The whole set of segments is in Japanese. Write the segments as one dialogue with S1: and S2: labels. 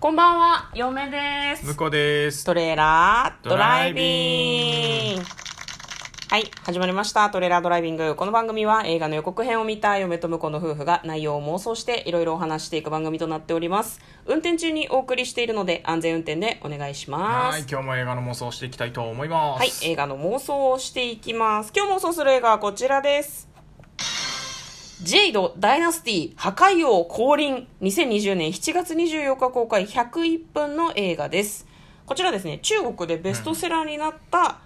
S1: こんばんは、嫁です。
S2: こうです
S1: トレーラード
S2: ド
S1: ラ
S2: ラ
S1: イ
S2: イ
S1: ビ
S2: ビ
S1: ング。はい、始まりました。トレーラードライビング。この番組は映画の予告編を見た嫁と婿の夫婦が内容を妄想していろいろお話していく番組となっております。運転中にお送りしているので安全運転でお願いしま
S2: は
S1: す。
S2: い今日も映画の妄想をしていきたいと思いま
S1: はい、
S2: す
S1: 映画の妄想をしていきます。今日妄想する映画はこちらです。ジェイド・ダイナスティ破壊王降臨2020年7月24日公開101分の映画です。こちらですね、中国でベストセラーになった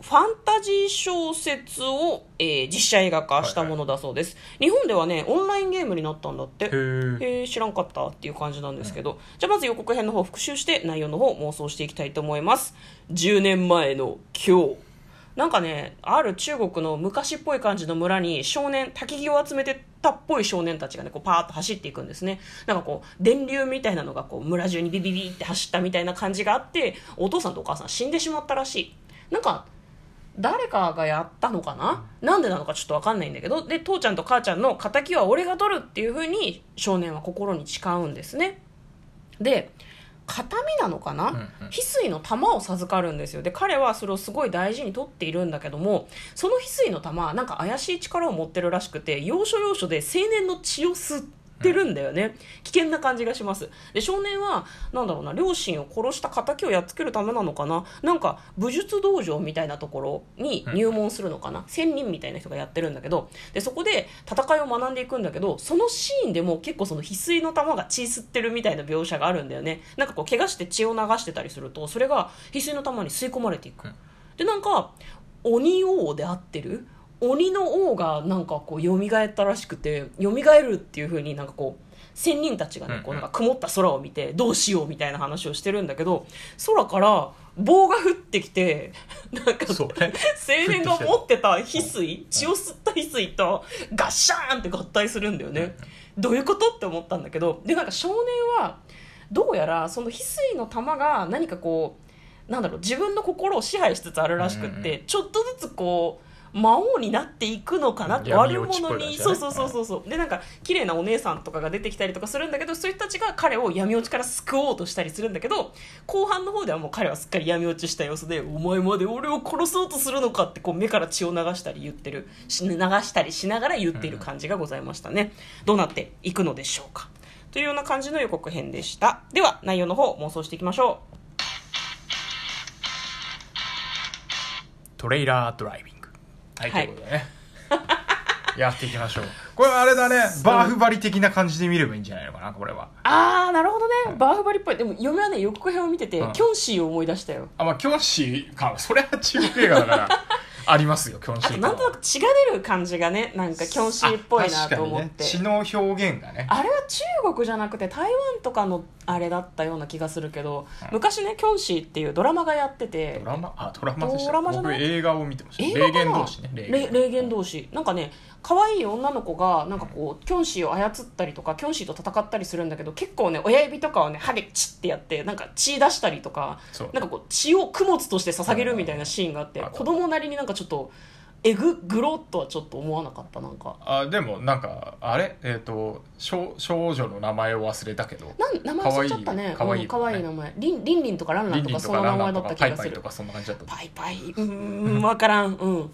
S1: ファンタジー小説を、えー実写映画化したものだそうです、日本ではね、オンラインゲームになったんだって。
S2: ー
S1: えー知らんかったっていう感じなんですけど、じゃあまず予告編の方を復習して内容の方を妄想していきたいと思います10年前の今日なんかねある中国の昔っぽい感じの村に少年焚き木を集めてたっぽい少年たちがねこうパーッと走っていくんですねなんかこう電流みたいなのがこう村中にビビビって走ったみたいな感じがあってお父さんとお母さん死んでしまったらしいなんか誰かがやったのかななんでなのかちょっとわかんないんだけどで父ちゃんと母ちゃんの敵は俺が取るっていう風に少年は心に誓うんですねで形見なのかな、
S2: んうん
S1: 翡翠の玉を授かるんですよで彼はそれをすごい大事に取っているんだけどもその翡翠の玉はなんか怪しい力を持ってるらしくて要所要所で青年の血を吸ってるんだよね危険な感じがしますで少年はなんだろうな両親を殺した敵をやっつけるためなのかななんか武術道場みたいなところに入門するのかな、仙人みたいな人がやってるんだけどでそこで戦いを学んでいくんだけどそのシーンでも結構その翡翠の玉が血吸ってるみたいな描写があるんだよねなんかこう怪我して血を流してたりするとそれが翡翠の玉に吸い込まれていく、
S2: うん
S1: でなんか鬼王で合ってる鬼の王がなんかこう蘇ったらしくて蘇るっていう風になんかこう仙人たちがねこう
S2: うん
S1: な
S2: うん
S1: んか曇った空を見てどうしようみたいな話をしてるんだけど空から棒が降ってきてなんか
S2: そうね
S1: 青年が持ってた翡翠血を吸った翡翠とガッシャーンって合体するんだよねどういうことって思ったんだけどでなんか少年はどうやらその翡翠の玉が何かこうなんだろう自分の心を支配しつつあるらしくっ
S2: うんうんう
S1: て、ちょっとずつこう魔王になっていくのかなって
S2: うん
S1: 悪
S2: 闇落ちっぽ
S1: 者
S2: い感
S1: に
S2: じだ
S1: そう
S2: ね
S1: そうそうそうそうでなんか綺麗なお姉さんとかが出てきたりとかするんだけどそういう人たちが彼を闇落ちから救おうとしたりするんだけど後半の方ではもう彼はすっかり闇落ちした様子で「お前まで俺を殺そうとするのか」ってこう目から血を流したり言ってるし流したりしながら言っている感じがございましたね、どうなっていくのでしょうかというような感じの予告編でしたでは内容の方妄想していきましょう
S2: トレーラードライビングはい、
S1: はい
S2: ということでねやっていきましょうこれあれだねバーフバリ的な感じで見ればいいんじゃないのかなこれは
S1: ああなるほどね、バーフバリっぽいでも嫁はね予告編を見てて、
S2: うん
S1: キョンシーを思い出したよ
S2: あまあキョンシーかそれは中国映画だから ありますよキョンシ
S1: あ
S2: ー
S1: と
S2: 感
S1: なんとなく血が出る感じがねなんかキョンシーっぽいなと思っ
S2: あ確
S1: て
S2: かにね血の表現がね
S1: あれは中国じゃなくて台湾とかのあれだったような気がするけど
S2: うん
S1: 昔ね「キョンシー」っていうドラマがやってて
S2: ドラマあドラマでし
S1: ド
S2: た
S1: ラマじゃな
S2: 僕
S1: い
S2: 映画を見てました
S1: 映画
S2: 霊
S1: か
S2: 言
S1: な
S2: 同士ね
S1: れ霊言同士なんかね可愛い女の子がなんかこうキョンシーを操ったりとかキョンシーと戦ったりするんだけど結構ね親指とかをね歯でチッてやってなんか血出したりとか
S2: そう
S1: なんかこう血を供物として捧げるみたいなシーンがあって
S2: うん
S1: 子供なりになんかちょっとえぐグロっとはちょっと思わなかったなんか
S2: あでもなんかあれえっ、と少少女の名前を忘れたけど
S1: なん名前忘れちゃったね
S2: かわいい
S1: うん、かわいい名前りんりんりんとかランラ
S2: リ
S1: ン
S2: ン
S1: と
S2: リ
S1: か
S2: ンと
S1: そ
S2: か
S1: の
S2: ラ
S1: 名
S2: ンラ
S1: 前
S2: ン
S1: だ
S2: と
S1: った
S2: か
S1: 気
S2: パイ
S1: が
S2: パ
S1: す
S2: イ
S1: る
S2: とかそんな感じだった
S1: パイパイうーん分からんうん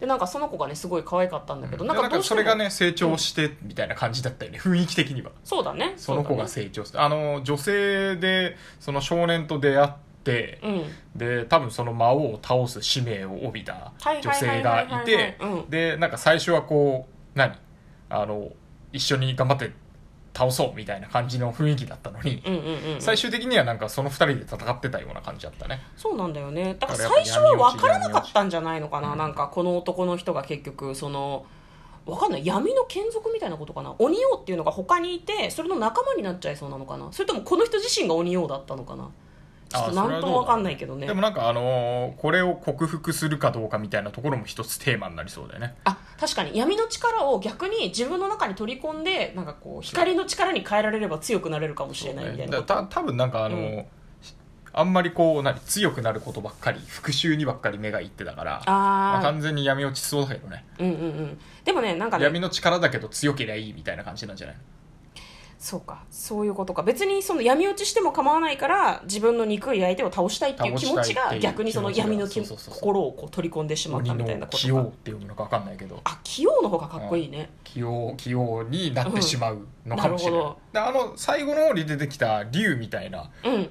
S1: でなんかその子がねすごい可愛かったんだけど、
S2: で
S1: なん
S2: な
S1: か
S2: ん
S1: どう
S2: か
S1: し
S2: そ
S1: て
S2: れ
S1: も
S2: がね成長してみたいな感じだったよね雰囲気的には
S1: そうだね
S2: その子が
S1: そう
S2: 成長してあの女性でその少年と出会って
S1: だねうん
S2: で多分その魔王を倒す使命を帯びた
S1: はい
S2: 女
S1: はい
S2: 性
S1: は
S2: が
S1: いはいはい
S2: いて
S1: うん
S2: でなんか最初はこう何あの一緒に頑張って倒そうみたいな感じの雰囲気だったのに、
S1: うんうんうん
S2: 最終的にはなんかその二人で戦ってたような感じだったね
S1: そうなんだよねだから
S2: だからや
S1: 最
S2: っぱ
S1: 初は分からなかったんじゃないのかな、
S2: うん
S1: なんかこの男の人が結局その分かんない闇の眷属みたいなことかな鬼王っていうのが他にいてそれの仲間になっちゃいそうなのかなそれともこの人自身が鬼王だったのかなちょっと
S2: あそれは
S1: なんと
S2: どう
S1: も
S2: だ
S1: 分かんないけどね
S2: でもなんかあのーこれを克服するかどうかみたいなところも一つテーマになりそうだよね
S1: あ確かに闇の力を逆に自分の中に取り込んでなんかこう光の力に変えられれば強くなれるかもしれないみたいな
S2: だ
S1: こと
S2: た多分なんかあのー
S1: う
S2: あんまりこう何強くなることばっかり復讐にばっかり目がいってたからまあ
S1: あ
S2: 完全に闇落ちしそうだけどね
S1: ーうんうんうんでもねなんかね
S2: 闇の力だけど強けりゃいいみたいな感じなんじゃない
S1: そうかそういうことか別にその闇落ちしても構わないから自分の憎い相手を倒したいっていう気持ち
S2: 倒した
S1: が
S2: いっていう
S1: 逆にその
S2: 気持ちが
S1: 闇のき
S2: そうそうそう
S1: 心をこう取り込んでしまっ
S2: 鬼
S1: たみたいな
S2: の
S1: こと
S2: 器用
S1: か
S2: っていうのか分かんないけど
S1: あ器用の方がかっこいいね、
S2: 器用器用になってしまうのかもしれない,、
S1: うんなるほ
S2: であの最後の方に出てきた竜みたいな
S1: うん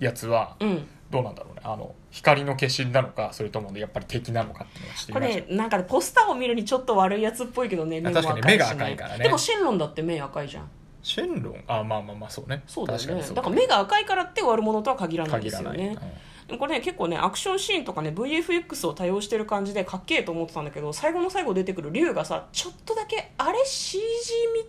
S2: やつは
S1: うん
S2: どうなんだろうねあの光の化身なのかそれともやっぱり敵なのかっていうのは知ってい
S1: こ
S2: ま
S1: れ
S2: し
S1: ねなんかねポスターを見るにちょっと悪いやつっぽいけどね
S2: あ確かに
S1: も
S2: 目が赤いからね
S1: でもシェンロンだって目赤いじゃん
S2: シェンロンあまあまあまあそうね
S1: そうだよ
S2: 確か
S1: ね
S2: にそう
S1: だから目が赤いからって悪者とは限らないで
S2: 限
S1: す
S2: ら
S1: よ
S2: ない、
S1: ね
S2: うん
S1: でもこれね結構ねアクションシーンとかね VFX を多用してる感じでかっけえと思ってたんだけど最後の最後出てくる竜がさちょっとだけあれ CG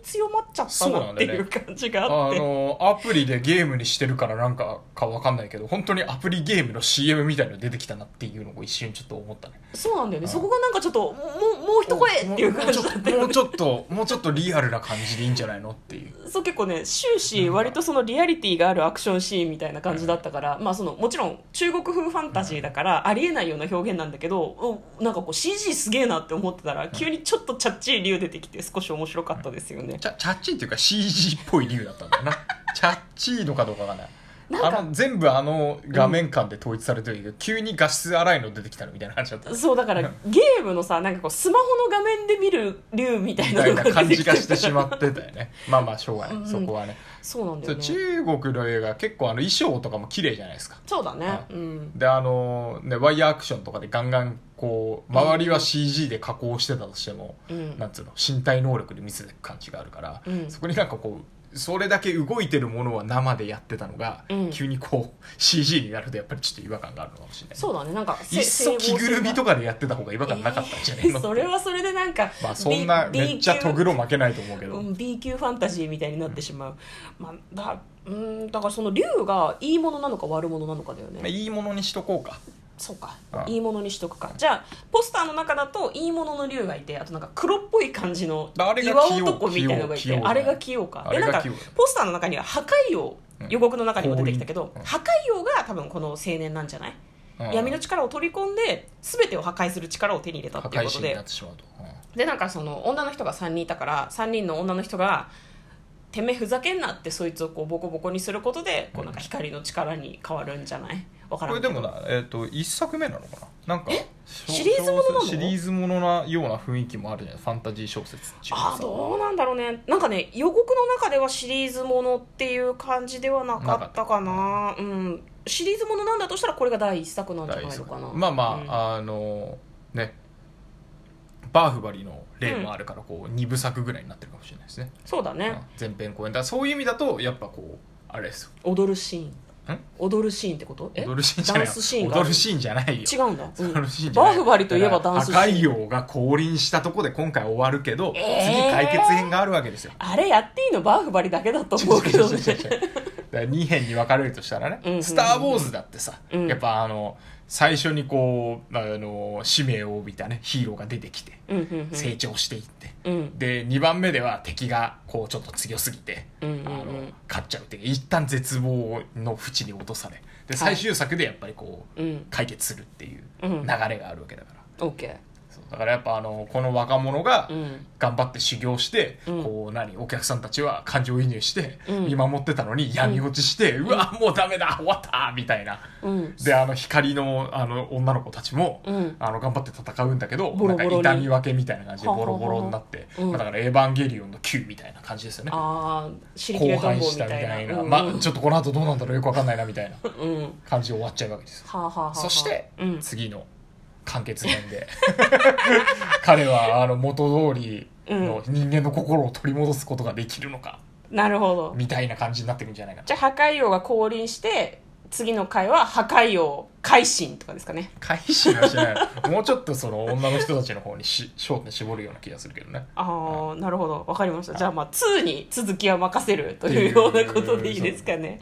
S1: 味強まっちゃった
S2: そう
S1: な
S2: な
S1: っ
S2: ん
S1: て
S2: だよね
S1: いう感じがあっ
S2: あ
S1: て、
S2: のアプリでゲームにしてるからなんかかわかんないけど本当にアプリゲームの CM みたいなの出てきたなっていうのを一瞬ちょっと思ったね
S1: そうなんだよね
S2: あー
S1: そこがなんかちょっともうもう一声っていう感じだった
S2: も
S1: よ
S2: う
S1: ね
S2: ちょっともうちょっとリアルな感じでいいんじゃないのっていう
S1: そう結構ね終始割とそのリアリティがあるアクションシーンみたいな感じだったから、まあ、そのもちろん中国風ファンタジーだからありえないような表現なんだけど、おなんかこう CG すげえなって思ってたら急にちょっとチャッチー竜出てきて少し面白かったですよね。
S2: チャチャッチーっていうか CG っぽい理由だったんだ よなチャッチーのかどうかがね
S1: なんか
S2: あの全部あの画面間で統一されてるけど、急に画質荒いの出てきたのみたいな話 だった
S1: そうだからゲームのさなんかこうスマホの画面で見る竜みたい
S2: み
S1: な
S2: たい
S1: の
S2: な
S1: 出てき
S2: 感じがしてしまってたよねまあまあしょうがない、
S1: うん
S2: そこはね
S1: そうなんだ
S2: そ
S1: よ
S2: う
S1: ね
S2: 中国の映画結構あの衣装とかも綺麗じゃないですか
S1: そうだね
S2: は
S1: うん
S2: であのねワイヤーアクションとかでガンガンこう周りは CG で加工してたとしても、
S1: うん
S2: なんつうの身体能力で見せていく感じがあるから、
S1: うん
S2: そこになんかこうそれだけ動いてるものは生でやってたのが、
S1: うん
S2: 急にこう CG になるとやっぱりちょっと違和感があるのかもしれない
S1: そうだねなんか
S2: いっそ着ぐるみと
S1: か
S2: かでやってた方が違和感なかったんじゃない の、
S1: それはそれでなんか、
S2: まあそんな
S1: B-
S2: めっちゃ
S1: B 級
S2: とぐろ負けないと思うけど、
S1: うん、B 級ファンタジーみたいになってしまう、まあ、だうんだからその竜がいいものなのか悪者なのかだよね、
S2: まあ、いいものにしとこうか
S1: そうか
S2: ああ
S1: いいものにしとくかじゃあポスターの中だといいものの竜がいてあとなんか黒っぽい感じの
S2: あれが
S1: 岩
S2: 器用
S1: 男みたいなのがい
S2: 器用
S1: て
S2: 器用
S1: あれが器用か
S2: あ
S1: で
S2: れ
S1: なん
S2: が
S1: か
S2: 器用
S1: ポスターの中には破壊王
S2: うん
S1: 予告の中にも出てきたけど
S2: 氷うん
S1: 破壊王が多分この青年なんじゃない
S2: うん
S1: 闇の力を取り込んで全てを破壊する力を手に入れた
S2: 破
S1: っていう
S2: 壊
S1: こと
S2: 神に
S1: で
S2: なってしまうと、うん
S1: でなんかその女の人が3人いたから3人の女の人が「てめえふざけんな」ってそいつをこうボコボコにすることでこうなんか光の力に変わるんじゃないわから
S2: こ
S1: ん
S2: れ
S1: け
S2: で
S1: ど
S2: もな、えっと1作目なのかななんか
S1: シリーズものなの
S2: シリーズものなような雰囲気もあるじゃないファンタジー小説っていうか
S1: あ
S2: さ
S1: ーどうなんだろうねなんかね予告の中ではシリーズものっていう感じではなかったかなうんシリーズものなんだとしたらこれが第一作なんじゃないのかな
S2: まあま
S1: うん
S2: あ、あのねバーフバリの例もあるからこう2部作ぐらいになってるかもしれないですね、
S1: そうだ
S2: うん
S1: ね
S2: 前編後編だからそういう意味だとやっぱこうあれですよ
S1: 踊るシーン
S2: ん
S1: 踊るシーンってことえ
S2: 踊るシーンじゃない
S1: ダ
S2: よ
S1: ンスシーンが
S2: 踊るシーンじゃないよ
S1: 違うんだ、うん
S2: 踊るシーンじゃな
S1: バ
S2: い
S1: ーフバリといえばダンスシ
S2: だか
S1: ー
S2: ら
S1: ン
S2: 赤い王が降臨したとこで今回終わるけど、
S1: えー
S2: 次解決編があるわけですよ
S1: あれやっていいのバーフバリだけだと思うけどね
S2: 違う違う違う違うだから2編に分かれるとしたらね「
S1: うんうんうん
S2: スター・ウォーズ」だってさ、
S1: うん
S2: やっぱあの最初にこうあの使命を帯びたねヒーローが出てきて
S1: うんうんうん
S2: 成長していって、
S1: うん
S2: で2番目では敵がこうちょっと強すぎて、
S1: うんうんうん
S2: あの勝っちゃうっていう一旦絶望の淵に落とされで最終作でやっぱりこう、
S1: うん
S2: 解決するっていう
S1: う
S2: 流
S1: ん
S2: れがあるわけだから、
S1: OK
S2: そうだからやっぱあのこの若者が、
S1: うん
S2: 頑張って修行して、
S1: うん
S2: こう何お客さんたちは感情移入して
S1: うん
S2: 見守ってたのに闇落ちして、うわもうダメだ終わったみたいな
S1: うん
S2: であの光のあの女の子たちも、
S1: うん
S2: あの頑張って戦うんだけど
S1: ボロボロに
S2: なんか痛み分けみたいな感じで
S1: はは
S2: ボ
S1: は
S2: ロボロになって
S1: うん
S2: まあだから「エヴァンゲリオン」の Q みたいな感じですよね
S1: ああ知りき
S2: 後
S1: れとん
S2: 半
S1: ぼ
S2: し
S1: み
S2: たみ
S1: た
S2: た
S1: い
S2: い
S1: な
S2: な、
S1: うん
S2: まあちょっとこの後どうなんだろうよく分かんないなみたいな
S1: うんは
S2: 感じで終わっちゃうわけですよ
S1: あはあはあはあ
S2: そして、
S1: うん
S2: 次の完結編で 彼はあの元通りの人間の心を取り戻すことができるのか、
S1: なるほど
S2: みたいな感じになってくるんじゃないかな
S1: じゃあ破壊王が降臨して次の回は破壊王改心とかですかね
S2: 改心はしないもうちょっとその女の人たちの方にし焦点絞るような気がするけどね
S1: ああなるほどわかりましたじゃあまあ2に続きは任せるというようなことでいいですかね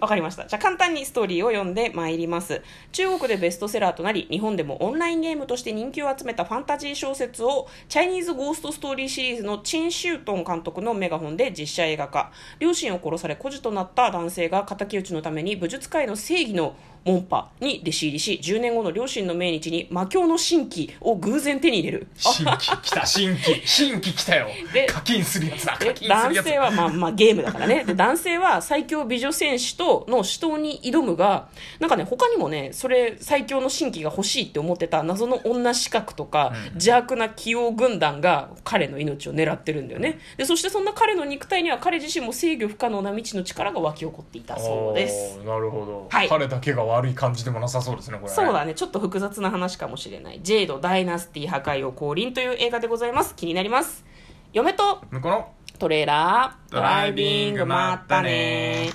S1: わかりましたじゃあ簡単にストーリーを読んでまいります中国でベストセラーとなり日本でもオンラインゲームとして人気を集めたファンタジー小説をチャイニーズゴーストストーリーシリーズのチン・シュートン監督のメガホンで実写映画化両親を殺され孤児となった男性が敵討ちのために武術界の正義の門派に弟子入りし10年後の両親の命日に魔教の神器を偶然手に入れる
S2: 新規来た新規 新規来たよ
S1: で
S2: 課金するやつだ課
S1: で
S2: 金す
S1: 男
S2: るやつ
S1: 性は、まあまあ、ゲームだからねで男性は最強美女戦士との死闘に挑むがなんかね他にもねそれ最強の神器が欲しいって思ってた謎の女資格とか、邪悪な器用軍団が彼の命を狙ってるんだよねでそしてそんな彼の肉体には彼自身も制御不可能な未知の力が湧き起こっていたそうです
S2: おーなるほど、
S1: はい
S2: 彼だけが悪い感じでもなさそうですねこれね
S1: そうだねちょっと複雑な話かもしれない「ジェイド・ダイナスティ破壊を降臨」という映画でございます気になります嫁と
S2: 向こうの
S1: トレーラード
S2: ドライビングまったね